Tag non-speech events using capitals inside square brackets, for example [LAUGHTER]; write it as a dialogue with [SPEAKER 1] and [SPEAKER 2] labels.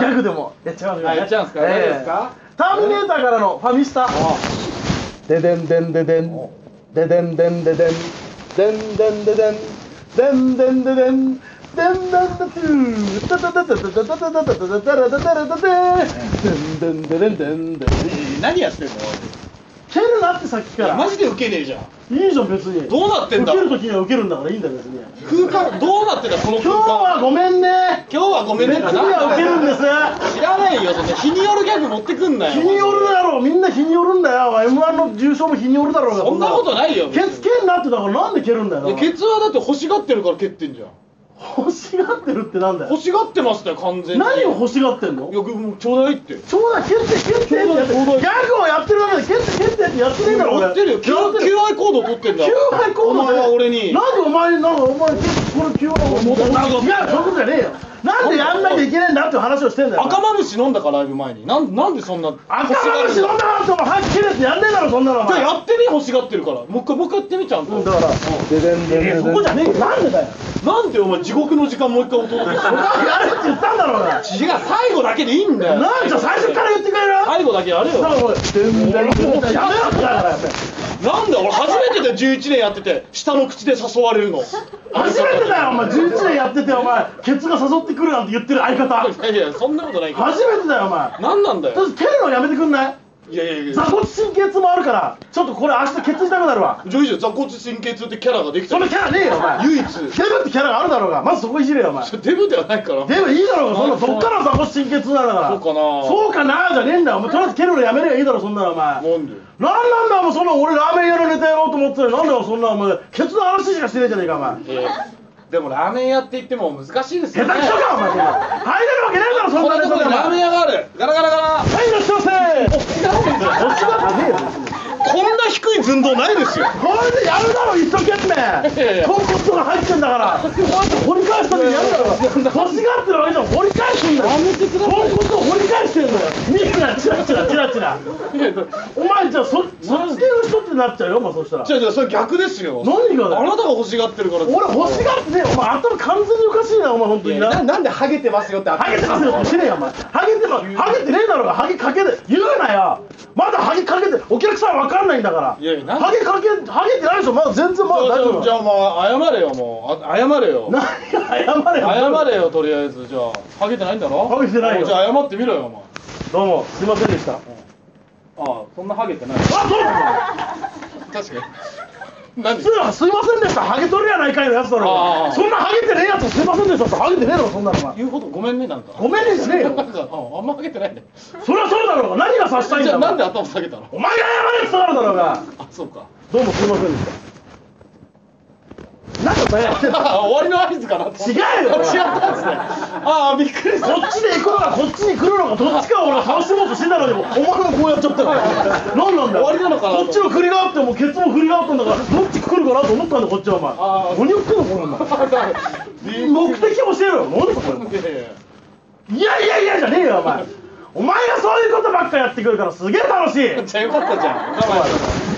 [SPEAKER 1] やっちゃいましょう、
[SPEAKER 2] はいやっちゃうんですか大丈夫ですか
[SPEAKER 1] ターミネーターからのファミスタででんでんででんででんでんででんでんでんででんでんでんででんでんでんでトゥータタタタタタタタタタタタタタタでんでんででんでんでん
[SPEAKER 2] えー何やってんの
[SPEAKER 1] 蹴るなってさっきか
[SPEAKER 2] いや
[SPEAKER 1] ら
[SPEAKER 2] マジでウケねえじゃん
[SPEAKER 1] いいじゃん別に
[SPEAKER 2] どうなってんだ
[SPEAKER 1] 受けるときには受けるんだからいいんだよ別に
[SPEAKER 2] 空間どうなってんだこの
[SPEAKER 1] 今日
[SPEAKER 2] 空間
[SPEAKER 1] はごめんね
[SPEAKER 2] 今日はごめんね
[SPEAKER 1] 別
[SPEAKER 2] って
[SPEAKER 1] に
[SPEAKER 2] な
[SPEAKER 1] は受けるんです
[SPEAKER 2] 知らないよそんな日によるギャグ持ってくんなよ
[SPEAKER 1] 日によるだろみんな日によるんだよ m 1の重賞も日によるだろうが
[SPEAKER 2] そんなことないよ
[SPEAKER 1] ケツ蹴んなってだからなんで蹴るんだよ
[SPEAKER 2] いやケツはだって欲しがってるから蹴ってんじゃん
[SPEAKER 1] 欲しがってるってなんだよ
[SPEAKER 2] 欲しがってましたよ完全に
[SPEAKER 1] 何を欲しがってんの
[SPEAKER 2] いやもうちょうだいって
[SPEAKER 1] ちょうだい蹴って蹴ってってやってギャグをやってるだけで蹴って蹴ってってやってねえから俺
[SPEAKER 2] 持ってるよ求
[SPEAKER 1] やってる
[SPEAKER 2] 愛行動取ってんだ
[SPEAKER 1] 求愛行動
[SPEAKER 2] お前は俺に
[SPEAKER 1] なんでお前なんかお前この求愛行動
[SPEAKER 2] もっと
[SPEAKER 1] なんか違うそういうことじゃねえよなんでやんなきゃいけないんだっていう話をしてんだよ
[SPEAKER 2] 赤マムシ飲んだからライブ前になんなんでそんな
[SPEAKER 1] 赤丸し飲んだからってお前早く蹴れってやんねえだろそんなのお
[SPEAKER 2] じゃあ
[SPEAKER 1] 前
[SPEAKER 2] やってみ欲しがってるからもう一回もう一回やってみちゃん
[SPEAKER 1] う
[SPEAKER 2] と
[SPEAKER 1] んだからででんでんでんそこじゃねえよなんでだよ
[SPEAKER 2] なんでお前地獄の時間もう一回お届けす
[SPEAKER 1] お
[SPEAKER 2] る
[SPEAKER 1] 前やれって言ったんだろうが
[SPEAKER 2] 違う最後だけでいいんだよ
[SPEAKER 1] なんじゃ最初から言ってくれる
[SPEAKER 2] 最後だけやれよ
[SPEAKER 1] だからおい全然やめろってだからやっぱり
[SPEAKER 2] なんだよ俺初めてだよ11年やってて下の口で誘われるの
[SPEAKER 1] 初めてだよお前11年やっててお前ケツが誘ってくるなんて言ってる相方
[SPEAKER 2] いやいやそんなことないけど
[SPEAKER 1] 初めてだよお前
[SPEAKER 2] 何なんだ
[SPEAKER 1] ちょ
[SPEAKER 2] よ
[SPEAKER 1] っと蹴るのやめてくんない
[SPEAKER 2] いやいやいや
[SPEAKER 1] 座骨神経痛もあるからちょっとこれ明日ケツ痛くなるわ
[SPEAKER 2] ジョイジョ座骨神経痛ってキャラができた
[SPEAKER 1] そのキャラねえよお前
[SPEAKER 2] 唯一
[SPEAKER 1] デブってキャラがあるだろうがまずそこいじれよお前
[SPEAKER 2] デブではないから
[SPEAKER 1] デブいいだろうがそんなどっから座骨神経痛なんだから
[SPEAKER 2] そうかな
[SPEAKER 1] そうかなじゃねえんだよお前とりあえず蹴るのやめればいいだろそんなのお前
[SPEAKER 2] なんで
[SPEAKER 1] なんなんだよもうそんな俺ラーメン屋のネタやろうと思ってたのになんだよそんなお前ケツの話しかしてねえじゃねえかお前
[SPEAKER 2] いやでもラーメン屋って言っても難しいです
[SPEAKER 1] 下手く
[SPEAKER 2] よね
[SPEAKER 1] そかお前そんな入れるわけねえだろそん
[SPEAKER 2] こ
[SPEAKER 1] な
[SPEAKER 2] の
[SPEAKER 1] ネ
[SPEAKER 2] と
[SPEAKER 1] タ
[SPEAKER 2] こ
[SPEAKER 1] で
[SPEAKER 2] に
[SPEAKER 1] お前
[SPEAKER 2] ラーメン屋があるガラガラガラ
[SPEAKER 1] はいいらっしゃいませ押しがねえよ別に
[SPEAKER 2] こんな低い寸胴ないですよ
[SPEAKER 1] これでやるだろ一生懸
[SPEAKER 2] やい
[SPEAKER 1] 命
[SPEAKER 2] [LAUGHS] や
[SPEAKER 1] コンポストが入ってんだからこうやって掘り返した時やるだろ欲しがってるわけじゃん掘り返すんだよ
[SPEAKER 2] やめてください
[SPEAKER 1] コンポストを掘り返してんだよみんなチラチラチラチラお前じゃあそそっち系の人ってなっちゃうよもうそしたら
[SPEAKER 2] じゃあじゃあそれ逆ですよ
[SPEAKER 1] 何がだ
[SPEAKER 2] あ
[SPEAKER 1] よ
[SPEAKER 2] なたが欲しがってるから
[SPEAKER 1] 俺欲しがってねえよお前頭完全におかしいなお前本当にな
[SPEAKER 2] なんでハゲてますよって
[SPEAKER 1] ハゲてますよってしてねえよお前ハゲてまハゲてねえだろうがハゲかけで言うなよまだハゲかけてお客さんわかんないんだから
[SPEAKER 2] いやいやなんで
[SPEAKER 1] ハゲかけハゲてないでしょまだ全然まだ大丈夫
[SPEAKER 2] じゃあお前謝れよもうあ謝れよ
[SPEAKER 1] [LAUGHS] 何が謝れよ
[SPEAKER 2] 謝れよとりあえずじゃあハゲてないんだろ
[SPEAKER 1] ハゲてないよ
[SPEAKER 2] じゃあ謝ってみろよお前
[SPEAKER 1] どうもすいませんでしたあ
[SPEAKER 2] ああそんなハゲてない
[SPEAKER 1] そうだ
[SPEAKER 2] 確かに何
[SPEAKER 1] 普通はすいませんでしたハゲ取るやないかいのやつだ
[SPEAKER 2] あ
[SPEAKER 1] ろ
[SPEAKER 2] あ
[SPEAKER 1] そんなハゲてねえやつすいませんでしたってハゲてねえだろそんなのお前
[SPEAKER 2] 言うほどごめんねなんか
[SPEAKER 1] ごめんねしねえ
[SPEAKER 2] なん
[SPEAKER 1] よ
[SPEAKER 2] かああんまハゲてないね
[SPEAKER 1] そりゃそうだろうが何がさしたいん
[SPEAKER 2] じ
[SPEAKER 1] だ
[SPEAKER 2] ゃあ
[SPEAKER 1] よ
[SPEAKER 2] なんで頭下げたの
[SPEAKER 1] お前が謝れって言ったからだろうが
[SPEAKER 2] あそうか
[SPEAKER 1] どうもすいませんでした何だそれやってんの
[SPEAKER 2] あ終わりの合図かなと
[SPEAKER 1] 違
[SPEAKER 2] 違う
[SPEAKER 1] うよ
[SPEAKER 2] 違ったんですねああびっ
[SPEAKER 1] [LAUGHS]
[SPEAKER 2] くりした
[SPEAKER 1] こっちで行くのかこっちに来るのかどっちかを俺は楽しもうとしてたのにもお前もこうやっちゃったから何なんだよ
[SPEAKER 2] 終わりなのかなと
[SPEAKER 1] こっちの振りがあってもうケツも振りがあったんだからどっち来るかなと思ったんだこっちはお前
[SPEAKER 2] あー
[SPEAKER 1] 何言ってんのこれお前目的教えろよ何だこれ
[SPEAKER 2] いやいや
[SPEAKER 1] いやいやいやじゃねえよお前お前がそういうことばっかやってくるからすげえ楽しい
[SPEAKER 2] じゃあよかったじゃん我慢し
[SPEAKER 1] お前